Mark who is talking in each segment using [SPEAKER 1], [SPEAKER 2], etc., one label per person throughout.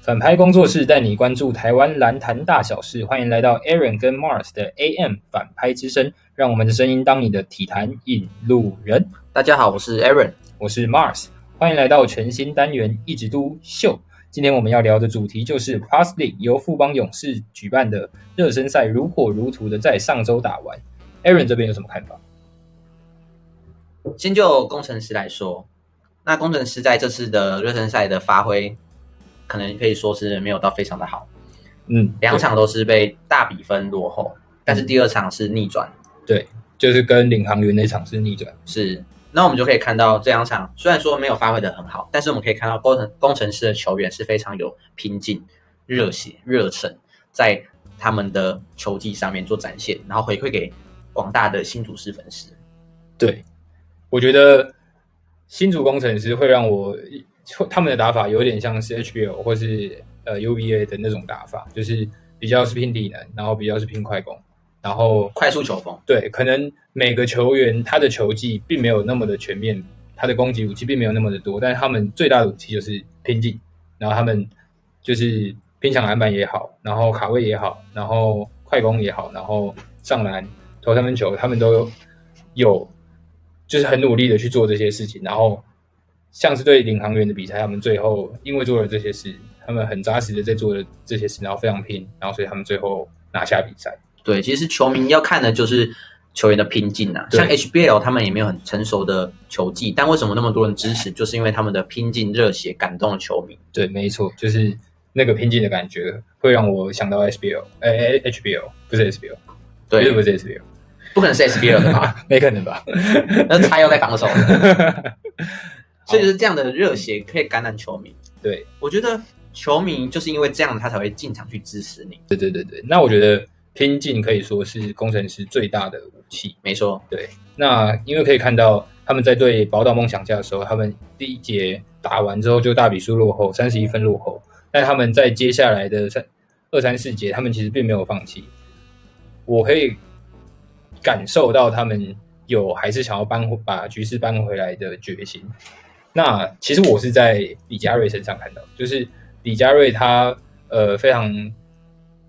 [SPEAKER 1] 反拍工作室带你关注台湾篮坛大小事，欢迎来到 Aaron 跟 Mars 的 AM 反拍之声，让我们的声音当你的体坛引路人。
[SPEAKER 2] 大家好，我是 Aaron。
[SPEAKER 1] 我是 Mars，欢迎来到全新单元一直都秀。今天我们要聊的主题就是 Plus League 由富邦勇士举办的热身赛如火如荼的在上周打完。Aaron 这边有什么看法？
[SPEAKER 2] 先就工程师来说，那工程师在这次的热身赛的发挥，可能可以说是没有到非常的好，
[SPEAKER 1] 嗯，
[SPEAKER 2] 两场都是被大比分落后，但是第二场是逆转，
[SPEAKER 1] 就是跟领航员那场是逆转，
[SPEAKER 2] 是。那我们就可以看到这两场虽然说没有发挥的很好，但是我们可以看到工程工程师的球员是非常有拼劲、热血、热忱，在他们的球技上面做展现，然后回馈给广大的新主师粉丝。
[SPEAKER 1] 对，我觉得新竹工程师会让我他们的打法有点像是 HBO 或是呃 UVA 的那种打法，就是比较是拼体能，然后比较是拼快攻，然后
[SPEAKER 2] 快速球风，
[SPEAKER 1] 对，可能每个球员他的球技并没有那么的全面，他的攻击武器并没有那么的多，但是他们最大的武器就是拼劲，然后他们就是拼抢篮板也好，然后卡位也好，然后快攻也好，然后上篮、投三分球，他们都有就是很努力的去做这些事情，然后像是对领航员的比赛，他们最后因为做了这些事，他们很扎实的在做了这些事，然后非常拼，然后所以他们最后拿下比赛。
[SPEAKER 2] 对，其实球迷要看的就是球员的拼劲呐、
[SPEAKER 1] 对
[SPEAKER 2] 像 HBL 他们也没有很成熟的球技，但为什么那么多人支持，就是因为他们的拼劲、热血感动了球迷。
[SPEAKER 1] 对，没错，就是那个拼劲的感觉，会让我想到 SBL，哎、哎 HBO 不是 SBL，不是
[SPEAKER 2] 对，
[SPEAKER 1] 不是 SBL，
[SPEAKER 2] 不可能是 HBL 的 吧？
[SPEAKER 1] 没可能吧？
[SPEAKER 2] 那是他要在防守的，所以就是这样的热血可以感染球迷。
[SPEAKER 1] 对，
[SPEAKER 2] 我觉得球迷就是因为这样，他才会进场去支持你。
[SPEAKER 1] 对对对对，那我觉得拼劲可以说是工程师最大的武器。
[SPEAKER 2] 没错，
[SPEAKER 1] 那因为可以看到他们在对宝岛梦想家的时候，他们第一节打完之后就大比数落后，三十一分落后，但他们在接下来的三二三四节，他们其实并没有放弃。我可以感受到他们有还是想要扳回把局势扳回来的决心。那其实我是在李佳瑞身上看到，就是李佳瑞他呃非常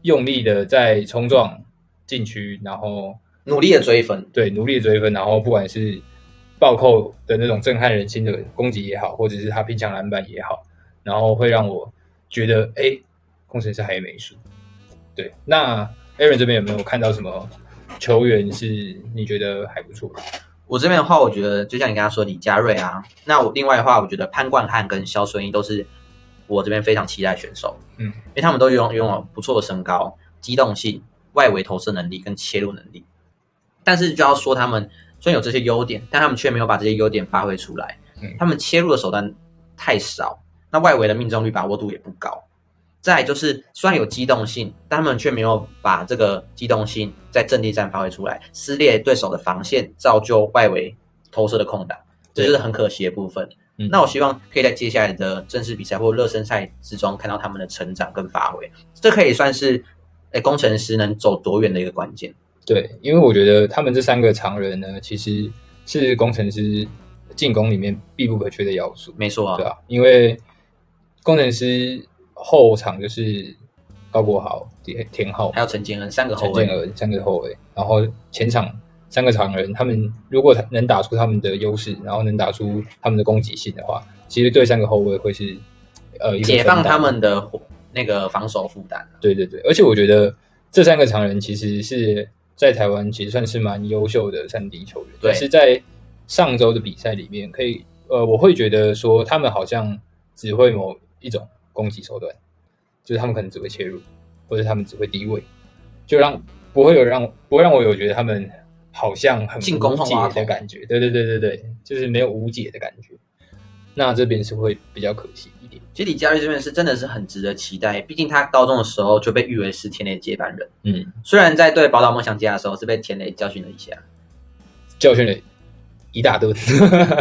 [SPEAKER 1] 用力的在冲撞禁区，然后
[SPEAKER 2] 努力的追分，
[SPEAKER 1] 对努力地追分，然后不管是暴扣的那种震撼人心的攻击也好，或者是他拼抢篮板也好，然后会让我觉得，哎，工程师还没输。对，那 Aaron 这边有没有看到什么球员是你觉得还不错的？
[SPEAKER 2] 我这边的话，我觉得就像你刚刚说李佳瑞啊，那我另外的话，我觉得潘冠汉跟肖顺义都是我这边非常期待的选手，
[SPEAKER 1] 嗯
[SPEAKER 2] 因为他们都拥拥有不错的身高、机动性、外围投射能力跟切入能力。但是就要说他们虽然有这些优点，但他们却没有把这些优点发挥出来。
[SPEAKER 1] 嗯
[SPEAKER 2] 他们切入的手段太少，那外围的命中率把握度也不高。再来就是虽然有机动性，但他们却没有把这个机动性在阵地战发挥出来，撕裂对手的防线，造就外围投射的空档，这
[SPEAKER 1] 对
[SPEAKER 2] 就是很可惜的部分。
[SPEAKER 1] 嗯
[SPEAKER 2] 那我希望可以在接下来的正式比赛或热身赛之中看到他们的成长跟发挥，这可以算是诶工程师能走多远的一个关键。
[SPEAKER 1] 对，因为我觉得他们这三个常人呢，其实是工程师进攻里面必不可缺的要素。
[SPEAKER 2] 没错
[SPEAKER 1] 对
[SPEAKER 2] 啊，
[SPEAKER 1] 啊，因为工程师后场就是高国豪、田田浩嘛
[SPEAKER 2] 还有陈建恩三个后
[SPEAKER 1] 陈建
[SPEAKER 2] 卫，
[SPEAKER 1] 尔三个后卫，然后前场三个常人，他们如果能打出他们的优势，然后能打出他们的攻击性的话，其实对三个后卫会是呃一个
[SPEAKER 2] 解放
[SPEAKER 1] 分担
[SPEAKER 2] 他们的火那个防守负担啊。
[SPEAKER 1] 对对对，而且我觉得这三个常人其实是在台湾其实算是蛮优秀的三 D 球员，
[SPEAKER 2] 对
[SPEAKER 1] 但是在上周的比赛里面，可以呃，我会觉得说他们好像只会某一种攻击手段，就是他们可能只会切入，或者他们只会低位，就让不会有让不会让我有觉得他们好像很
[SPEAKER 2] 进攻
[SPEAKER 1] 无
[SPEAKER 2] 后
[SPEAKER 1] 解
[SPEAKER 2] 挖
[SPEAKER 1] 的
[SPEAKER 2] 头
[SPEAKER 1] 感觉，对对对对对，就是没有无解的感觉，那这边是会比较可惜一点，
[SPEAKER 2] 其实李佳瑞这边是真的是很值得期待，毕竟他高中的时候就被誉为是田磊接班人。
[SPEAKER 1] 嗯，
[SPEAKER 2] 虽然在对宝岛梦想家的时候是被田磊教训了一下，
[SPEAKER 1] 教训了一大 顿。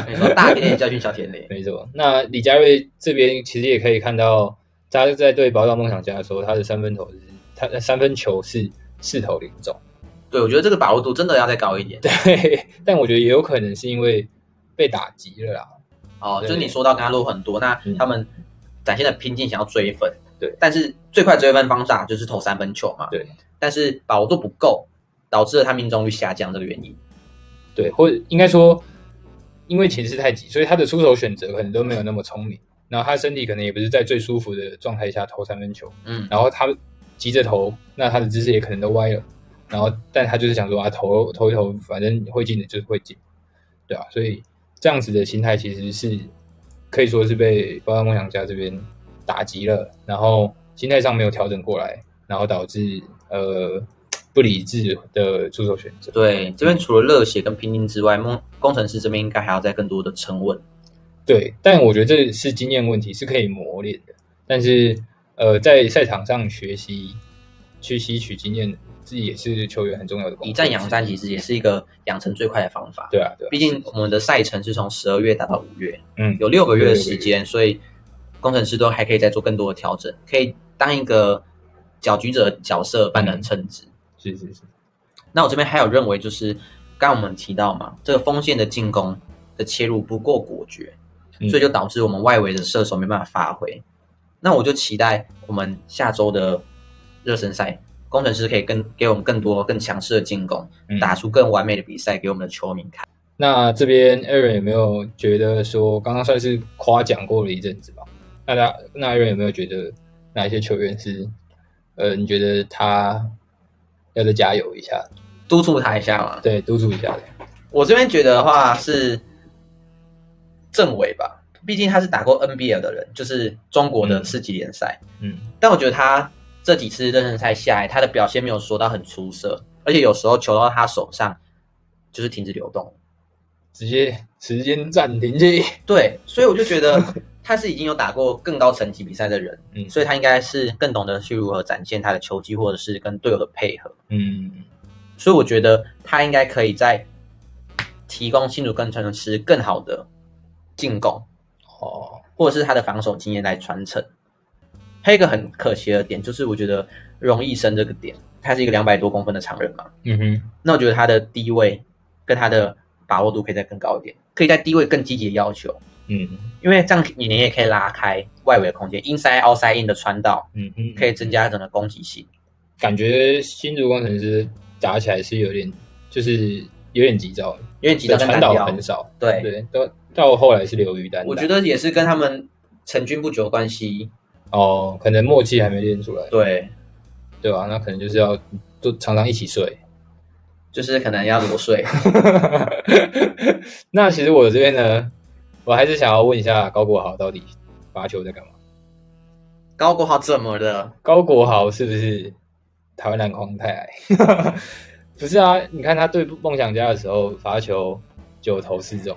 [SPEAKER 2] 没错，大田磊教训小田 磊，
[SPEAKER 1] 没错，那李佳瑞这边其实也可以看到，他在对宝岛梦想家的时候，他的三分投是他的三分球是四投零中，
[SPEAKER 2] 对我觉得这个把握度真的要再高一点。
[SPEAKER 1] 对，但我觉得也有可能是因为被打击了啦，
[SPEAKER 2] 哦，
[SPEAKER 1] 对
[SPEAKER 2] 就是你说到跟他落后很多，那
[SPEAKER 1] 嗯
[SPEAKER 2] 他们展现的拼劲想要追分，
[SPEAKER 1] 对，
[SPEAKER 2] 但是最快追分方法就是投三分球嘛。
[SPEAKER 1] 对，
[SPEAKER 2] 但是把握度不够，导致了他命中率下降这个原因。
[SPEAKER 1] 对，或者应该说，因为前势太急，所以他的出手选择可能都没有那么聪明，然后他身体可能也不是在最舒服的状态下投三分球，
[SPEAKER 2] 嗯，
[SPEAKER 1] 然后他急着投，那他的姿势也可能都歪了，然后但他就是想说啊，投投一投，反正会进的就是会进，对啊，所以这样子的心态其实是可以说是被包装梦想家这边打击了，然后心态上没有调整过来，然后导致呃不理智的出手选择，
[SPEAKER 2] 对，这边除了热血跟拼劲之外，梦工程师这边应该还要再更多的沉稳。
[SPEAKER 1] 哦对，但我觉得这是经验问题，是可以磨练的。但是，呃，在赛场上学习、去吸取经验，这也是球员很重要的功课。
[SPEAKER 2] 以战养战其实也是一个养成最快的方法。
[SPEAKER 1] 对啊，对啊，
[SPEAKER 2] 毕竟我们的赛程是从十二月打到五月，
[SPEAKER 1] 嗯，
[SPEAKER 2] 有六个月的时间，所以工程师都还可以再做更多的调整，可以当一个搅局者的角色扮得很称职。
[SPEAKER 1] 是是是，
[SPEAKER 2] 那我这边还有认为就是，刚刚我们提到嘛，这个锋线的进攻的切入不够果决，
[SPEAKER 1] 嗯
[SPEAKER 2] 所以就导致我们外围的射手没办法发挥。那我就期待我们下周的热身赛，工程师可以更给我们更多更强势的进攻，
[SPEAKER 1] 嗯
[SPEAKER 2] 打出更完美的比赛给我们的球迷看。
[SPEAKER 1] 那这边 Aaron 有没有觉得说，刚刚算是夸奖过了一阵子吧？那他那 Aaron 有没有觉得哪一些球员是，呃，你觉得他要再加油一下，
[SPEAKER 2] 督促他一下嘛。
[SPEAKER 1] 对，督促一下的？
[SPEAKER 2] 我这边觉得的话是政委吧，毕竟他是打过 NBL 的人，就是中国的四级联赛。
[SPEAKER 1] 嗯
[SPEAKER 2] 但我觉得他这几次热身赛下来，他的表现没有说到很出色，而且有时候球到他手上就是停止流动。
[SPEAKER 1] 直接时间暂停器。
[SPEAKER 2] 对，所以我就觉得他是已经有打过更高层级比赛的人，
[SPEAKER 1] 嗯
[SPEAKER 2] 所以他应该是更懂得去如何展现他的球技，或者是跟队友的配合。
[SPEAKER 1] 嗯，
[SPEAKER 2] 所以我觉得他应该可以在提供新竹跟传承师更好的进攻，
[SPEAKER 1] 哦。
[SPEAKER 2] 或者是他的防守经验来传承。还有一个很可惜的点，就是我觉得荣毅生这个点，他是一个两百多公分的常人嘛，
[SPEAKER 1] 嗯哼，
[SPEAKER 2] 那我觉得他的低位跟他的把握度可以再更高一点，可以在低位更积极的要求，
[SPEAKER 1] 嗯
[SPEAKER 2] 因为这样你也可以拉开外围的空间，inside outside in 的穿到，
[SPEAKER 1] 嗯哼，
[SPEAKER 2] 可以增加整个攻击性。
[SPEAKER 1] 感觉新竹工程师打起来是有点，就是有点急躁，
[SPEAKER 2] 因为几张
[SPEAKER 1] 传
[SPEAKER 2] 单
[SPEAKER 1] 导
[SPEAKER 2] 挑，
[SPEAKER 1] 很少，
[SPEAKER 2] 对，
[SPEAKER 1] 对，到到后来是流于单打，
[SPEAKER 2] 我觉得也是跟他们成军不久的关系。
[SPEAKER 1] 哦，可能默契还没练出来，
[SPEAKER 2] 对，
[SPEAKER 1] 对吧、那可能就是要都常常一起睡。
[SPEAKER 2] 就是可能要裸睡。
[SPEAKER 1] 那其实我这边呢，我还是想要问一下高国豪到底罚球在干嘛？
[SPEAKER 2] 高国豪怎么了？
[SPEAKER 1] 高国豪是不是台湾篮筐太矮？ 不是啊，你看他对梦想家的时候罚球九投四中。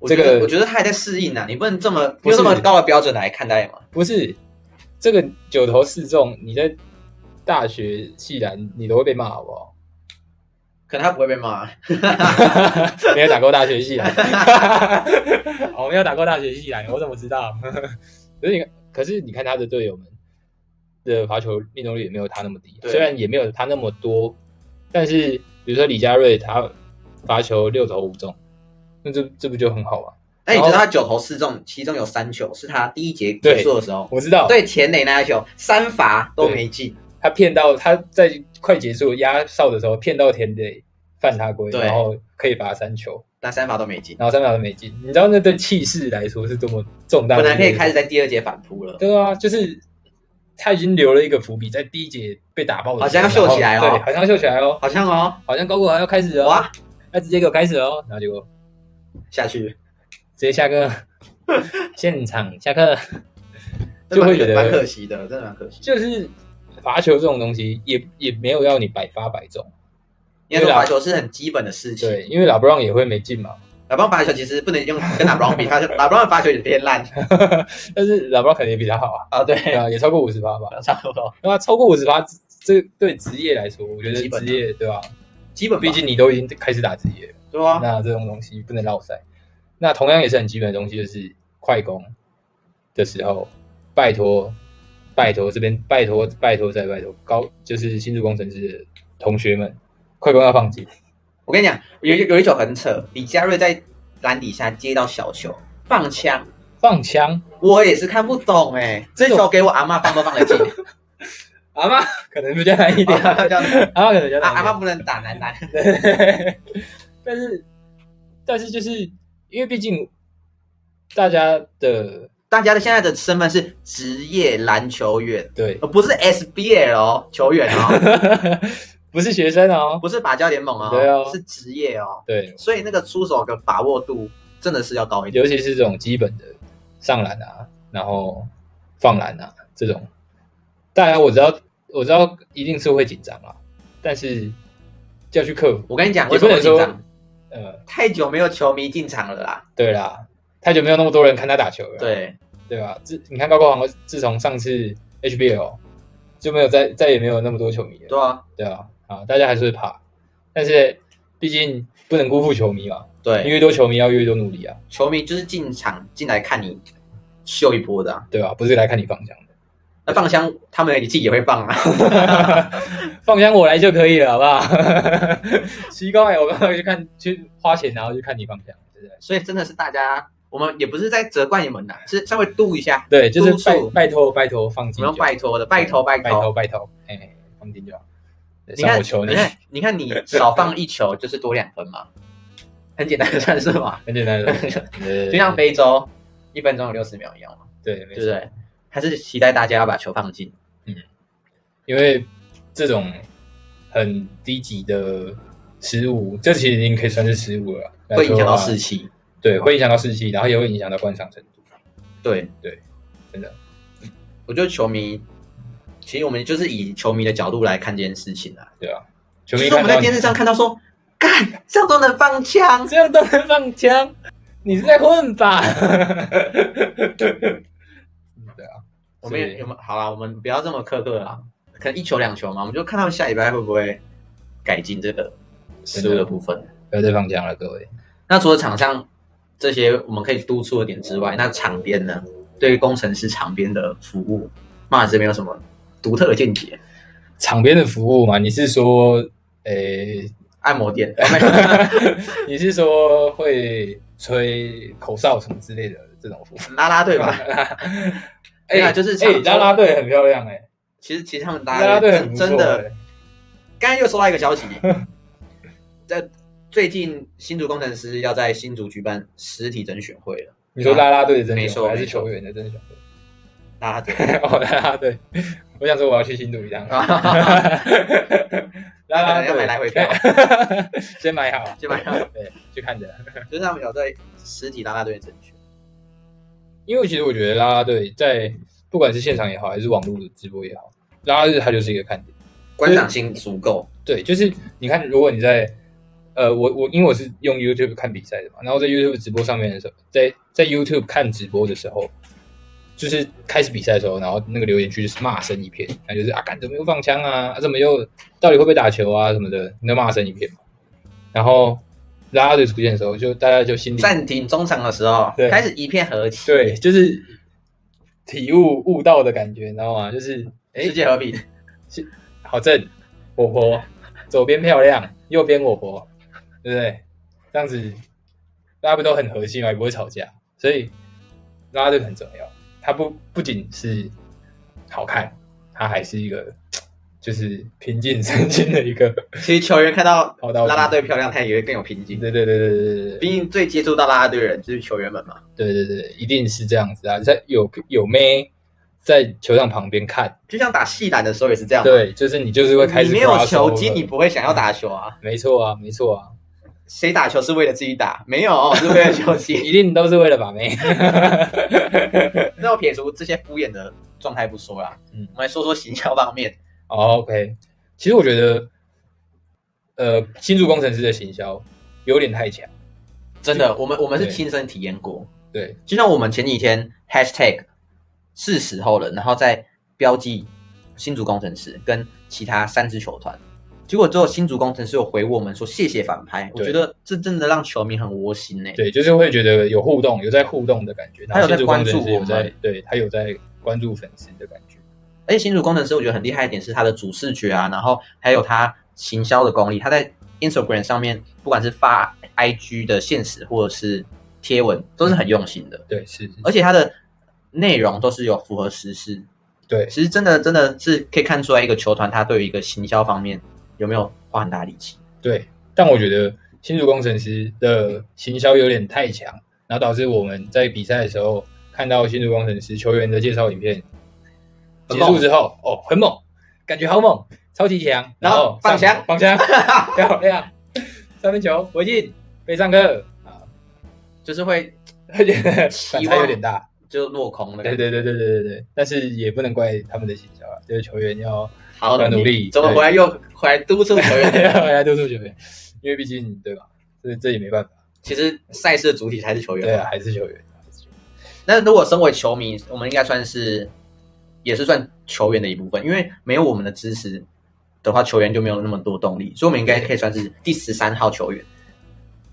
[SPEAKER 2] 我觉得
[SPEAKER 1] 这个
[SPEAKER 2] 我觉得他还在适应呢、啊你不能这么
[SPEAKER 1] 不
[SPEAKER 2] 用
[SPEAKER 1] 是
[SPEAKER 2] 这么高的标准来看待嘛。
[SPEAKER 1] 不是这个九投四中，你在大学系篮你都会被骂，好不好？
[SPEAKER 2] 可能他不会被骂，
[SPEAKER 1] 没有打过大学 系篮，我没有打过大学系篮，啊我怎么知道？ 可是你看，可是你看他的队友们的罚球命中率也没有他那么低，啊
[SPEAKER 2] 对
[SPEAKER 1] 虽然也没有他那么多，但是比如说李佳瑞他罚球六投五中，那这这不就很好吗？
[SPEAKER 2] 那你知道他九投四中，其中有三球是他第一节结束的时候
[SPEAKER 1] 我知道，
[SPEAKER 2] 对田磊那一球，三罚都没进。
[SPEAKER 1] 他骗到他在快结束压哨的时候骗到田磊犯他规，
[SPEAKER 2] 对
[SPEAKER 1] 然后可以罚三球。
[SPEAKER 2] 那三罚都没进，
[SPEAKER 1] 然后三秒都没进，你知道那对气势来说是多么重大的
[SPEAKER 2] 本
[SPEAKER 1] 一个？
[SPEAKER 2] 来可以开始在第二节反扑了。
[SPEAKER 1] 对啊，就是他已经留了一个伏笔，在第一节被打爆的时候，
[SPEAKER 2] 好像要秀起来哦
[SPEAKER 1] 然后对，好像秀起来哦，
[SPEAKER 2] 好像哦，
[SPEAKER 1] 好像高国豪要开始了，
[SPEAKER 2] 哇，
[SPEAKER 1] 要直接给我开始哦，然后结果
[SPEAKER 2] 下去，
[SPEAKER 1] 直接下课， 现场下课，
[SPEAKER 2] 真
[SPEAKER 1] 就
[SPEAKER 2] 蛮
[SPEAKER 1] 会觉
[SPEAKER 2] 蛮可
[SPEAKER 1] 得
[SPEAKER 2] 惜的，真的蛮可惜。
[SPEAKER 1] 就是罚球这种东西也也没有要你百发百中，
[SPEAKER 2] 因为说罚球是很基本的事情，
[SPEAKER 1] 对，因为老布朗也会没进嘛，
[SPEAKER 2] 老布朗罚球其实不能用跟老布朗比，罚球老布朗的罚球有点偏烂
[SPEAKER 1] 但是老布朗肯定也比他 好啊，
[SPEAKER 2] 啊，对，
[SPEAKER 1] 对啊，也超过五十发吧，
[SPEAKER 2] 差不多，
[SPEAKER 1] 那超过五十发，这对职业来说，我觉得
[SPEAKER 2] 基本
[SPEAKER 1] 职
[SPEAKER 2] 啊
[SPEAKER 1] 业对吧、
[SPEAKER 2] 基本吧
[SPEAKER 1] 毕竟你都已经开始打职业了，
[SPEAKER 2] 对啊，
[SPEAKER 1] 那这种东西不能落赛。那同样也是很基本的东西，就是快攻的时候，拜托，拜托这边拜托拜托再拜托高，就是新竹工程师的同学们，快攻要放进，
[SPEAKER 2] 我跟你讲，有有有一球很扯，李佳瑞在篮底下接到小球放枪，
[SPEAKER 1] 放枪，
[SPEAKER 2] 我也是看不懂哎、这球给我阿妈放都放得 进，
[SPEAKER 1] 阿妈可能比较难一点，
[SPEAKER 2] 这样子
[SPEAKER 1] 阿妈可能比较
[SPEAKER 2] 啊
[SPEAKER 1] 难一
[SPEAKER 2] 阿
[SPEAKER 1] 点
[SPEAKER 2] 妈不能打男篮，
[SPEAKER 1] 但是，但是就是因为毕竟大家的
[SPEAKER 2] 大家的现在的身份是职业篮球员，
[SPEAKER 1] 对，
[SPEAKER 2] 呃不是 SBL 哦球员 哦，
[SPEAKER 1] 不是学生哦，
[SPEAKER 2] 不是拔教联盟哦，
[SPEAKER 1] 对哦
[SPEAKER 2] 是职业哦，
[SPEAKER 1] 对，
[SPEAKER 2] 所以那个出手的把握度真的是要高一点。
[SPEAKER 1] 尤其是这种基本的上篮啊，然后放篮啊这种，当然我知道我知道一定是会紧张啊，但是就要去克服。
[SPEAKER 2] 我跟你讲，
[SPEAKER 1] 也
[SPEAKER 2] 为
[SPEAKER 1] 不
[SPEAKER 2] 什
[SPEAKER 1] 能
[SPEAKER 2] 么会紧
[SPEAKER 1] 说
[SPEAKER 2] 张？
[SPEAKER 1] 呃，
[SPEAKER 2] 太久没有球迷进场了啦。
[SPEAKER 1] 对啦，太久没有那么多人看他打球了，
[SPEAKER 2] 对，
[SPEAKER 1] 对吧？自你看高国豪自从上次 HBL 就没有再再也没有那么多球迷了。
[SPEAKER 2] 对啊，
[SPEAKER 1] 对啊，啊，大家还是会怕，但是毕竟不能辜负球迷嘛，
[SPEAKER 2] 对，因为
[SPEAKER 1] 越多球迷要越多努力啊，
[SPEAKER 2] 球迷就是进场进来看你秀一波的啊、
[SPEAKER 1] 对吧、不是来看你放枪
[SPEAKER 2] 那放香他们自己也会放啊。
[SPEAKER 1] 的， 放枪我来就可以了，好不好？ 奇怪，我刚刚去看去花钱，然后去看你放枪，对不对？
[SPEAKER 2] 所以真的是大家，我们也不是在责怪你们呐，啊是稍微度一下，
[SPEAKER 1] 对，就
[SPEAKER 2] 督
[SPEAKER 1] 是
[SPEAKER 2] 促
[SPEAKER 1] 拜拜托拜托放
[SPEAKER 2] 我
[SPEAKER 1] 进
[SPEAKER 2] 们
[SPEAKER 1] 就
[SPEAKER 2] 要
[SPEAKER 1] 好，
[SPEAKER 2] 拜托的，拜托拜
[SPEAKER 1] 拜
[SPEAKER 2] 托。
[SPEAKER 1] 托拜托，哎、放进就好。对
[SPEAKER 2] 你
[SPEAKER 1] 算
[SPEAKER 2] 看，
[SPEAKER 1] 我求
[SPEAKER 2] 你看，你看，你少放一球就是多两分嘛，很简单的算式嘛，
[SPEAKER 1] 很简单 的，
[SPEAKER 2] 就
[SPEAKER 1] 就
[SPEAKER 2] 像非洲一分钟有六十秒一样嘛，
[SPEAKER 1] 对，没
[SPEAKER 2] 对
[SPEAKER 1] 错
[SPEAKER 2] 不对？还是期待大家要把球放进。
[SPEAKER 1] 因为这种很低级的失误，这其实已经可以算是失误了，
[SPEAKER 2] 会影响到士
[SPEAKER 1] 气，
[SPEAKER 2] 气。
[SPEAKER 1] 对，会影响到士气，然后也会影响到观赏程度，
[SPEAKER 2] 对
[SPEAKER 1] 对，真的，
[SPEAKER 2] 我觉得球迷，其实我们就是以球迷的角度来看这件事情啊。
[SPEAKER 1] 对啊，球
[SPEAKER 2] 就
[SPEAKER 1] 迷
[SPEAKER 2] 是我
[SPEAKER 1] 看
[SPEAKER 2] 们
[SPEAKER 1] 到
[SPEAKER 2] 在
[SPEAKER 1] 你
[SPEAKER 2] 电视上看到说，干这样都能放 枪，
[SPEAKER 1] 这样都能放枪，你是在混 吧？对啊，
[SPEAKER 2] 我们也有没有好啦，我们不要这么苛刻啦，可能一球两球嘛，我们就看他们下礼拜会不会改进这个
[SPEAKER 1] 啊
[SPEAKER 2] 失误的部分。
[SPEAKER 1] 不要再放枪了，各位。
[SPEAKER 2] 那除了场上这些我们可以督促的点之外，那场边呢？对于工程师场边的服务，马尔这边有什么独特的见解？
[SPEAKER 1] 场边的服务嘛，你是说，诶、
[SPEAKER 2] 按 摩店，
[SPEAKER 1] 你是说会吹口哨什么之类的这种服务？
[SPEAKER 2] 拉拉队吧。 对啊就是
[SPEAKER 1] 哎、
[SPEAKER 2] 场
[SPEAKER 1] 拉拉队很漂亮哎、
[SPEAKER 2] 其实其实他们
[SPEAKER 1] 拉
[SPEAKER 2] 拉
[SPEAKER 1] 拉
[SPEAKER 2] 拉
[SPEAKER 1] 队
[SPEAKER 2] 队
[SPEAKER 1] 很
[SPEAKER 2] 真
[SPEAKER 1] 不错
[SPEAKER 2] 真的
[SPEAKER 1] 欸，
[SPEAKER 2] 刚刚又收到一个消息， 在最近新竹工程师要在新竹举办实体甄选会了。
[SPEAKER 1] 你说拉拉队的真
[SPEAKER 2] 啊没
[SPEAKER 1] 选
[SPEAKER 2] 错
[SPEAKER 1] 还是
[SPEAKER 2] 没错
[SPEAKER 1] 球员的真选？
[SPEAKER 2] 拉拉队，
[SPEAKER 1] 哦，拉拉队，我想说我要去新竹一趟。拉拉队
[SPEAKER 2] 哦要买来回票，
[SPEAKER 1] 先买好，
[SPEAKER 2] 先买好
[SPEAKER 1] 对，去看的。
[SPEAKER 2] 就是他们有在实体拉拉队的甄选。
[SPEAKER 1] 因为其实我觉得拉拉队在不管是现场也好，还是网络直播也好，拉拉队它就是一个看点。
[SPEAKER 2] 观赏性足够，
[SPEAKER 1] 对，就是你看，如果你在呃，我我因为我是用 YouTube 看比赛的嘛，然后在 YouTube 直播上面的时候，在在 YouTube 看直播的时候，就是开始比赛的时候，然后那个留言区就是骂声一片，那就是啊，干怎么又放枪啊，啊怎么又到底会不会打球啊什么的，那骂声一片嘛。然后拉拉队出现的时候，就大家就心里
[SPEAKER 2] 暂停中场的时候
[SPEAKER 1] 对
[SPEAKER 2] 开始一片和气，
[SPEAKER 1] 对，就是体悟悟道的感觉，你知道吗？就是哎
[SPEAKER 2] 世，界和平。
[SPEAKER 1] 好正，活泼，左边漂亮，右边我婆，对不对？这样子大家不都很和谐嘛，也不会吵架，所以拉拉队很重要。它不不仅是好看，它还是一个就是平静身心的一个
[SPEAKER 2] 其实球员看到
[SPEAKER 1] 好道具
[SPEAKER 2] 拉拉队漂亮，他也会更有平静。
[SPEAKER 1] 对对对对对对
[SPEAKER 2] 毕
[SPEAKER 1] 对
[SPEAKER 2] 竟最接触到拉拉队的人就是球员们嘛，
[SPEAKER 1] 对对对，一定是这样子啊！在有有妹在球场旁边看，
[SPEAKER 2] 就像打细篮的时候也是这样嘛。
[SPEAKER 1] 对，就是你就是会开始
[SPEAKER 2] 你没有
[SPEAKER 1] crossover
[SPEAKER 2] 球技，你不会想要打球啊。
[SPEAKER 1] 没错啊，没错啊，
[SPEAKER 2] 谁打球是为了自己打？没有，是为了球技。
[SPEAKER 1] 一定都是为了把妹。
[SPEAKER 2] 那我撇除这些敷衍的状态不说啦，
[SPEAKER 1] 嗯
[SPEAKER 2] 我们来说说行销方面。
[SPEAKER 1] 哦，OK，其实我觉得，呃，新竹工程师的行销有点太强。
[SPEAKER 2] 真的，我们我们是
[SPEAKER 1] 对
[SPEAKER 2] 亲身体验过。
[SPEAKER 1] 对
[SPEAKER 2] 就像我们前几天 hashtag 是时候了，然后再标记新竹工程师跟其他三支球团，结果之后新竹工程师有回我们说谢谢反拍，我
[SPEAKER 1] 对
[SPEAKER 2] 觉得这真的让球迷很窝心呢、
[SPEAKER 1] 对，就是会觉得有互动，有在互动的感觉。然
[SPEAKER 2] 他有
[SPEAKER 1] 后
[SPEAKER 2] 在
[SPEAKER 1] 新竹工程
[SPEAKER 2] 关
[SPEAKER 1] 师
[SPEAKER 2] 注我
[SPEAKER 1] 有在
[SPEAKER 2] 们，
[SPEAKER 1] 对他有在关注粉丝的感觉。
[SPEAKER 2] 而且新竹工程师我觉得很厉害一点是他的主视觉啊，然后还有他行销的功力，他在 Instagram 上面不管是发 IG 的现实或者是贴文都是很用心的，
[SPEAKER 1] 对，是，是
[SPEAKER 2] 而且它的内容都是有符合时事。
[SPEAKER 1] 对，
[SPEAKER 2] 其实真的真的是可以看出来，一个球团它对于一个行销方面有没有花很大力气。
[SPEAKER 1] 对，但我觉得新竹工程师的行销有点太强，然后导致我们在比赛的时候看到新竹工程师球员的介绍影片
[SPEAKER 2] 很
[SPEAKER 1] 结
[SPEAKER 2] 猛
[SPEAKER 1] 束之后，哦，很猛，感觉好猛，超级强，
[SPEAKER 2] 然
[SPEAKER 1] 然
[SPEAKER 2] 后
[SPEAKER 1] 后
[SPEAKER 2] 啊放
[SPEAKER 1] 上
[SPEAKER 2] 枪
[SPEAKER 1] 放 枪，漂亮，三分球回进，被上课啊，
[SPEAKER 2] 就是会
[SPEAKER 1] 反差有点大。
[SPEAKER 2] 就落空了。
[SPEAKER 1] 对对对对对对对，但是也不能怪他们的行销啊，就是球员要
[SPEAKER 2] 好
[SPEAKER 1] 要努力
[SPEAKER 2] 怎么
[SPEAKER 1] 对
[SPEAKER 2] 回来又回来督促球员？
[SPEAKER 1] 要来督促球员，因为毕竟对吧？这这也没办法，
[SPEAKER 2] 其实赛事的主体才是球员。
[SPEAKER 1] 对啊，还是球员。还是球员
[SPEAKER 2] 那如果身为球迷，我们应该算是也是算球员的一部分，因为没有我们的支持的话，球员就没有那么多动力，所以我们应该可以算是第十三号球员。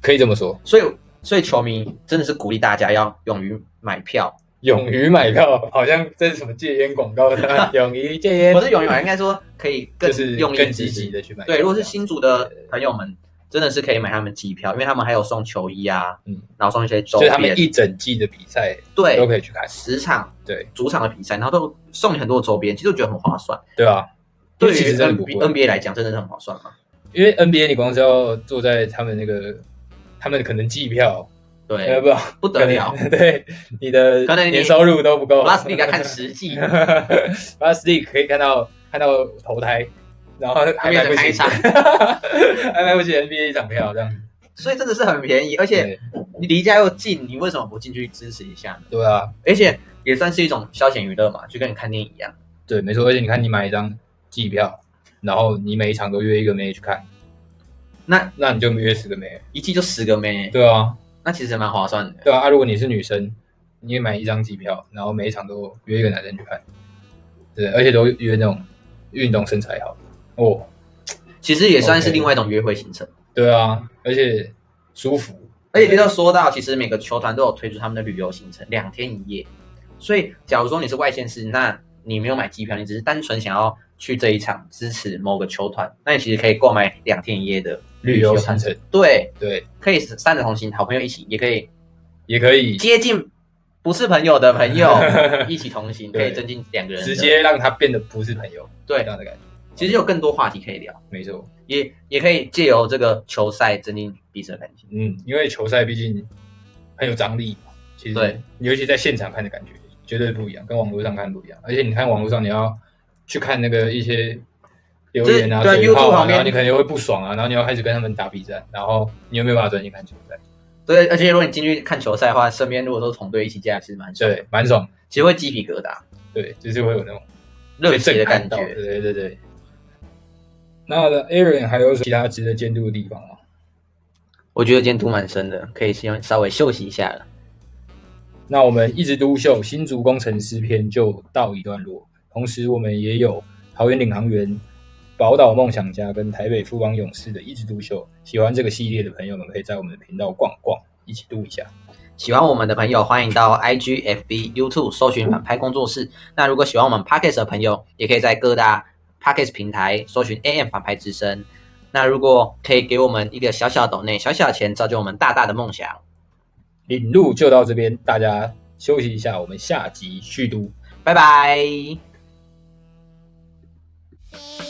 [SPEAKER 1] 可以这么说，
[SPEAKER 2] 所以，所以球迷真的是鼓励大家要勇于买票，
[SPEAKER 1] 勇于买票，好像这是什么戒烟广告的，勇于戒烟
[SPEAKER 2] 不，是勇于买，应该说可以更
[SPEAKER 1] 就是
[SPEAKER 2] 用力
[SPEAKER 1] 更
[SPEAKER 2] 支
[SPEAKER 1] 积
[SPEAKER 2] 持
[SPEAKER 1] 极的去买票。
[SPEAKER 2] 对，如果是新竹的朋友们，真的是可以买他们机票，因为他们还有送球衣啊，
[SPEAKER 1] 嗯
[SPEAKER 2] 然后送一些周
[SPEAKER 1] 就是他
[SPEAKER 2] 边
[SPEAKER 1] 们，一整季的比赛都
[SPEAKER 2] 对，
[SPEAKER 1] 可以去看，
[SPEAKER 2] 十场
[SPEAKER 1] 对
[SPEAKER 2] 主场的比赛，然后都送你很多周边，其实我觉得很划算。
[SPEAKER 1] 对啊吧？因
[SPEAKER 2] 对
[SPEAKER 1] 为
[SPEAKER 2] 于
[SPEAKER 1] 其实真的不
[SPEAKER 2] N
[SPEAKER 1] 贵
[SPEAKER 2] NBA 来讲，真的是很划算嘛。
[SPEAKER 1] 因为 NBA 你光是要坐在他们那个，他们可能季票，呃
[SPEAKER 2] 对，
[SPEAKER 1] 不
[SPEAKER 2] 不得了，
[SPEAKER 1] 可能 对你的
[SPEAKER 2] 可能你
[SPEAKER 1] 年收入都不 够。
[SPEAKER 2] 拉斯蒂该看实际，
[SPEAKER 1] 拉斯蒂可以看到看到投胎，然后还买不
[SPEAKER 2] 开
[SPEAKER 1] 起，
[SPEAKER 2] 场，
[SPEAKER 1] 还买不起 NBA 一场票这样。
[SPEAKER 2] 所以真的是很便宜，而且
[SPEAKER 1] 对
[SPEAKER 2] 你离家又近，你为什么不进去支持一下呢？
[SPEAKER 1] 对啊，
[SPEAKER 2] 而且也算是一种消遣娱乐嘛，就跟你看电影一样。
[SPEAKER 1] 对，没错。而且你看，你买一张季票，然后你每一场都约一个妹去看，
[SPEAKER 2] 那
[SPEAKER 1] 那你就约十个妹。
[SPEAKER 2] 一季就十个妹，
[SPEAKER 1] 对啊，
[SPEAKER 2] 那其实蛮划算的。
[SPEAKER 1] 对啊。啊，如果你是女生，你也买一张机票，然后每一场都约一个男生去看，对，而且都约那种运动身材好的哦。
[SPEAKER 2] 其实也算是
[SPEAKER 1] OK
[SPEAKER 2] 另外一种约会行程。
[SPEAKER 1] 对啊，而且舒服。
[SPEAKER 2] 而且要说到，其实每个球团都有推出他们的旅游行程，两天一夜。所以，假如说你是外县市，那你没有买机票，你只是单纯想要去这一场支持某个球团，那你其实可以购买两天一夜的
[SPEAKER 1] 旅游行程，
[SPEAKER 2] 对，
[SPEAKER 1] 对，
[SPEAKER 2] 可以三人同行，好朋友一起，也可以
[SPEAKER 1] 也可以
[SPEAKER 2] 接近不是朋友的朋友 一起同行，可
[SPEAKER 1] 对
[SPEAKER 2] 以增进两个人的
[SPEAKER 1] 直接让他变得不是朋友，这
[SPEAKER 2] 对。
[SPEAKER 1] 样的感觉，
[SPEAKER 2] 其实有更多话题可以聊，
[SPEAKER 1] 没错。
[SPEAKER 2] 也也可以借由这个球赛增进彼此的感情。
[SPEAKER 1] 嗯，因为球赛毕竟很有张力，其实
[SPEAKER 2] 对，
[SPEAKER 1] 尤其在现场看的感觉绝对不一样，跟网络上看不一样。而且你看网络上，你要去看那个一些留言啊、
[SPEAKER 2] 就是对
[SPEAKER 1] 嘴炮
[SPEAKER 2] YouTube
[SPEAKER 1] 啊，
[SPEAKER 2] 旁边
[SPEAKER 1] 然后你可能会不爽啊，然后你要开始跟他们打比战，然后你又没有办法专心看球赛，
[SPEAKER 2] 对，而且如果你进去看球赛的话，身边如果都是同队一起加，其实蛮爽的。
[SPEAKER 1] 对，蛮爽。
[SPEAKER 2] 其实会鸡皮疙瘩，
[SPEAKER 1] 对，就是会有那种
[SPEAKER 2] 热
[SPEAKER 1] 被
[SPEAKER 2] 血
[SPEAKER 1] 震
[SPEAKER 2] 的
[SPEAKER 1] 撼
[SPEAKER 2] 感
[SPEAKER 1] 到。
[SPEAKER 2] 觉。
[SPEAKER 1] 对对对。那 Aaron 还有其他值得监督的地方吗？
[SPEAKER 2] 我觉得今天读蛮深的，可以先稍微休息一下了。
[SPEAKER 1] 那我们一枝独秀新竹工程师篇就到一段落，同时我们也有桃园领航员、宝岛梦想家跟台北富邦勇士的一枝独秀。喜欢这个系列的朋友们，可以在我们的频道逛逛，一起度一下。
[SPEAKER 2] 喜欢我们的朋友，欢迎到 IG、FB、YouTube 搜寻反派工作室。那如果喜欢我们 Podcast 的朋友，也可以在各大 Podcast 平台搜寻 AM 反派之声。那如果可以给我们一个小小的抖内，小小的钱造就我们大大的梦想。
[SPEAKER 1] 领路就到这边，大家休息一下，我们下集续读。
[SPEAKER 2] 拜拜。
[SPEAKER 3] Thank you.